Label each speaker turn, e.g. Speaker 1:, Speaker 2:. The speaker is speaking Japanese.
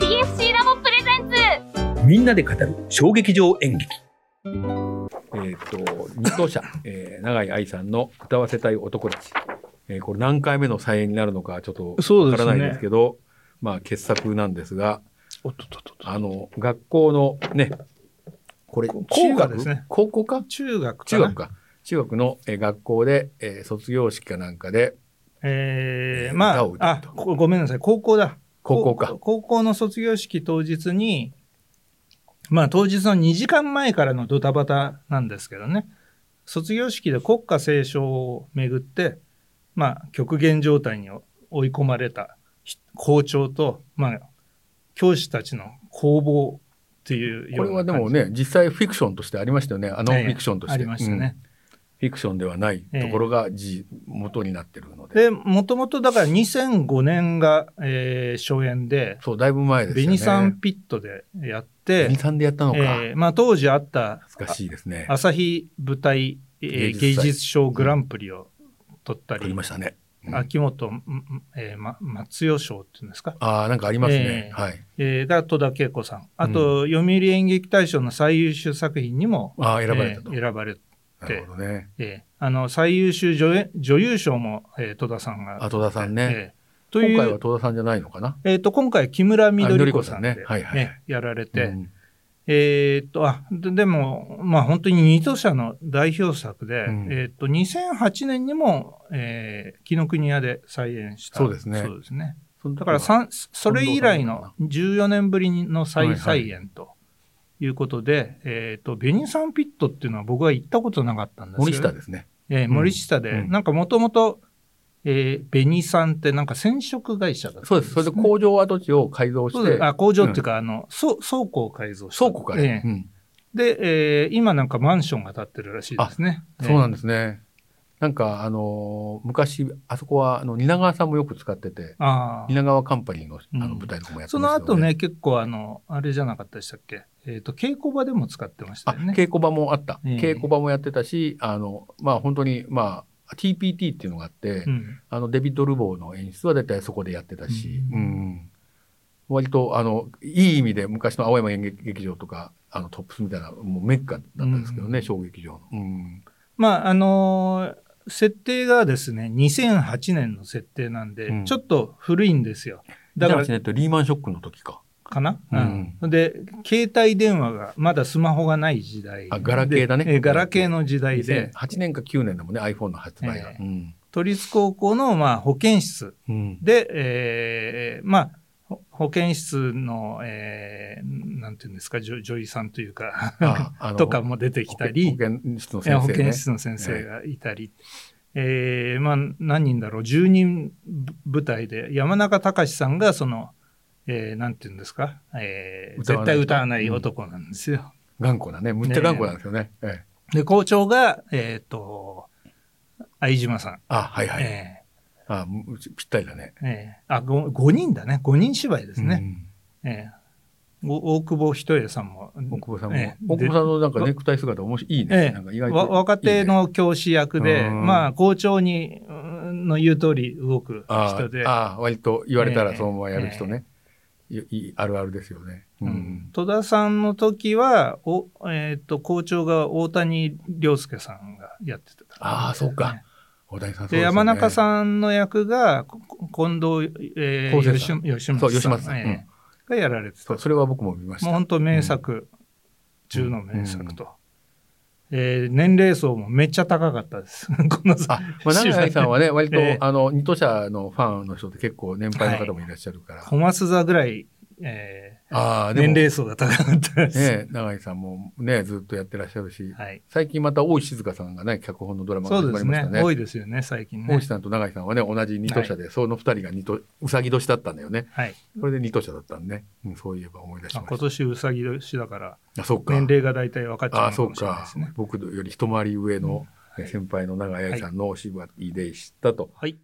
Speaker 1: シーラボプレゼンツ
Speaker 2: みんなで語る衝撃場演劇。えーっと、入党者、えー、永井愛さんの歌わせたい男たち。えーこれ何回目の再演になるのかちょっと
Speaker 3: そ
Speaker 2: わ
Speaker 3: うで
Speaker 2: か
Speaker 3: すね
Speaker 2: らないんですけど、まあ傑作なんですが、
Speaker 3: おっとっとっとっと
Speaker 2: あの、学校のね、これ、
Speaker 3: 校歌
Speaker 2: 中学
Speaker 3: ですね
Speaker 2: 高校か
Speaker 3: 中学か
Speaker 2: 中
Speaker 3: な
Speaker 2: 学か。中学の、えー学校で、えー卒業式かなんかで、
Speaker 3: え
Speaker 2: えー
Speaker 3: ー、ま
Speaker 2: 歌
Speaker 3: あ
Speaker 2: を歌う
Speaker 3: あ
Speaker 2: と
Speaker 3: こごめんなさい高校だ
Speaker 2: 高校か
Speaker 3: 高高校の卒業式当日にまあ当日の2時間前からのドタバタなんですけどね卒業式で国歌斉唱をめぐってまあ極限状態に追い込まれたひ校長とまあ教師たちの攻防っていう
Speaker 2: こ
Speaker 3: よ
Speaker 2: れ
Speaker 3: う
Speaker 2: は
Speaker 3: な
Speaker 2: で
Speaker 3: 感じ
Speaker 2: もね、実際フィクションとしてありましたよね。あのフ
Speaker 3: ええ
Speaker 2: ィクションとして。
Speaker 3: ありましたね、
Speaker 2: うんフィクションではないところが事元になってるので。
Speaker 3: で、もともとだから2005年が、えー初演で、
Speaker 2: そう、だいぶ前ですよね。
Speaker 3: ベニサンピットでやって、
Speaker 2: ベニさんでやったのか。
Speaker 3: えーまあ、当時あった
Speaker 2: 懐かしいですね。
Speaker 3: 朝日舞台、え
Speaker 2: 芸
Speaker 3: ー
Speaker 2: 術祭
Speaker 3: 芸術賞グランプリを取った
Speaker 2: 取り
Speaker 3: り、
Speaker 2: ましたね。うん
Speaker 3: 秋元、んんえーま、松代賞っていうんですか、
Speaker 2: ああ、なんかありますね。
Speaker 3: ええ
Speaker 2: はい。
Speaker 3: えーが戸田恵子さん、あと、読売演劇大賞の最優秀作品にも、
Speaker 2: ああ、選ばれたと。
Speaker 3: えー選ばれて、
Speaker 2: なるほどね。
Speaker 3: えーあの最優秀女優女優賞も、えー戸田さんが。
Speaker 2: あ、戸田さんね。
Speaker 3: えーという
Speaker 2: 今回は戸田さんじゃないのかな。
Speaker 3: えー、と今回、木村みどり子さん
Speaker 2: あ
Speaker 3: で、
Speaker 2: みど
Speaker 3: ね
Speaker 2: り子さんねはいはいは
Speaker 3: やられ
Speaker 2: う
Speaker 3: て、
Speaker 2: ん
Speaker 3: えーっとあででも、まあ、本当に二都社の代表作で、
Speaker 2: うん
Speaker 3: えーっと2008年にも、えー、紀ノ国屋で再演した
Speaker 2: そうですね
Speaker 3: そうですね
Speaker 2: その時は
Speaker 3: だからさんそれ以来
Speaker 2: 近
Speaker 3: の14年ぶりの再,、
Speaker 2: はいはい
Speaker 3: 再演ということで、えーっとベニサンピットっていうのは僕は行ったことなかったんですけど
Speaker 2: 森下ですね。
Speaker 3: えー森下で、
Speaker 2: うん
Speaker 3: なんかもともとベニサンってなんか染色会社だったん
Speaker 2: そうです。それで工場跡地を改造
Speaker 3: そ
Speaker 2: し
Speaker 3: うで
Speaker 2: て
Speaker 3: す、あ工場っていうか、あのそう倉庫を改造した
Speaker 2: 倉庫から。
Speaker 3: え
Speaker 2: う
Speaker 3: え
Speaker 2: ん
Speaker 3: で、えー今なんかマンションが建ってるらしいですね。
Speaker 2: そうなん
Speaker 3: で
Speaker 2: ですね。なんか、あのー、昔、あそこは、あの、蜷川さんもよく使ってて、
Speaker 3: す。ああ
Speaker 2: 蜷川カンパニーのあ
Speaker 3: う
Speaker 2: の
Speaker 3: ん
Speaker 2: 舞台とかもやって
Speaker 3: そ
Speaker 2: ま
Speaker 3: の
Speaker 2: したよ
Speaker 3: 後ね、結構あの、あれじゃなかったでしたっけえっ、と、稽古場でも使ってました
Speaker 2: あ、
Speaker 3: よね。
Speaker 2: 稽古場もあった。
Speaker 3: ええ
Speaker 2: 稽古場もやってたし、あの、まあ本当に、まあ、TPT っていうのがあって、
Speaker 3: うん。
Speaker 2: あの、デビッド・ルボーの演出は大体そこでやってたし、う。
Speaker 3: うん
Speaker 2: 割と、あの、いい意味で昔の青山演劇劇場とか、あの、トップスみたいな、もうメッカだったんですけどね、
Speaker 3: うん
Speaker 2: 小劇場の。うん。
Speaker 3: まあ、あのー設定がですね、2008年の設定なんで、
Speaker 2: うん
Speaker 3: ちょっと古いんですよ。だから、
Speaker 2: ね、リーマンショックの時か。
Speaker 3: かな、
Speaker 2: うん
Speaker 3: うんで、携帯電話が、まだスマホがない時代で。
Speaker 2: あガラケーだね
Speaker 3: えーガラケーの時代で
Speaker 2: 8、年か9年だもんね、iPhone の発売が。
Speaker 3: ええ
Speaker 2: うん。
Speaker 3: 都立高校の、まあ、保健室
Speaker 2: うん
Speaker 3: で、えーまあ、ほ保健室の、えーなんていうんですか、女女医さんというか、
Speaker 2: ああの
Speaker 3: とかも出てきたり
Speaker 2: 保、健保健室の
Speaker 3: えー
Speaker 2: 先
Speaker 3: 保
Speaker 2: 生ね
Speaker 3: 健。室の先生がいたり、えーまあ、何人だろう、10人ぶ舞台で、山中隆さんが、その、えーなんていうんですか、えー
Speaker 2: 歌わ
Speaker 3: 絶
Speaker 2: ない
Speaker 3: 対歌わない男なんですよ。
Speaker 2: 頑固だね。むっちゃ頑固なんですよね。ええ
Speaker 3: で、校長が、えっ、と、相島さん。
Speaker 2: あ、はいはい。
Speaker 3: え
Speaker 2: あ、むぴったりだね。
Speaker 3: ーえーあご5人だね、5人芝居ですね。
Speaker 2: うん
Speaker 3: ええ、お大久保ひとえさんも、
Speaker 2: 大久保さんも、
Speaker 3: ええ
Speaker 2: 大久保さんのなんかネクタイ姿面白いいいね、
Speaker 3: ええ
Speaker 2: なんか意外と
Speaker 3: わ若手
Speaker 2: いいね
Speaker 3: の教師役で、
Speaker 2: うん
Speaker 3: まあ校長にうんの言う通り動く
Speaker 2: あ
Speaker 3: 人で
Speaker 2: あ、ああ割と言われた
Speaker 3: え
Speaker 2: ら
Speaker 3: え
Speaker 2: そのままやる人ね、いいあるあるですよね、う
Speaker 3: うんん戸田さんの時はお、えっと校長が大谷亮介さんがやってた、
Speaker 2: ああそうか。大谷さんそうです
Speaker 3: で
Speaker 2: よね
Speaker 3: 山中さんの役がこ近藤、え
Speaker 2: 昴
Speaker 3: ー、
Speaker 2: 生
Speaker 3: 吉
Speaker 2: さん
Speaker 3: 吉松さ
Speaker 2: そ
Speaker 3: ん
Speaker 2: う吉松さん
Speaker 3: ええがやられてた
Speaker 2: そうそれは僕も見まし
Speaker 3: もう
Speaker 2: た
Speaker 3: 本当名作、中の名作と、えー年齢層もめっちゃ高かったです この
Speaker 2: あ、まあ、永井さん はね割と、
Speaker 3: ええ
Speaker 2: あの二都社のファンの人って結構年配の方もいらっしゃるから、
Speaker 3: 小松座ぐらい、え
Speaker 2: ああ
Speaker 3: ー
Speaker 2: でも
Speaker 3: 年齢層が高かったです、
Speaker 2: ね永井さんもねずっとやってらっしゃるし
Speaker 3: はい、
Speaker 2: 最近また大石静香さんがね脚本のドラマが
Speaker 3: そ
Speaker 2: 始ま
Speaker 3: うで
Speaker 2: り
Speaker 3: す
Speaker 2: まし
Speaker 3: ね
Speaker 2: たね
Speaker 3: 多いですよね最近
Speaker 2: 大
Speaker 3: ね
Speaker 2: 石さんと永井さんはね同じ二等車で、その二人が二等うさぎ年だったんだよね
Speaker 3: はい、
Speaker 2: それで二等車だったんでね、うん、そういえば思い出し
Speaker 3: あ
Speaker 2: ま
Speaker 3: 今
Speaker 2: し
Speaker 3: 年うさぎ年だから
Speaker 2: たあそうか
Speaker 3: 年齢が大体分かっちゃ
Speaker 2: あ
Speaker 3: う
Speaker 2: あそ
Speaker 3: か
Speaker 2: う
Speaker 3: もしれないで
Speaker 2: か
Speaker 3: すね
Speaker 2: 僕より一回り上の
Speaker 3: はい
Speaker 2: 先輩の永井愛さんのお芝居でしたと、
Speaker 3: はい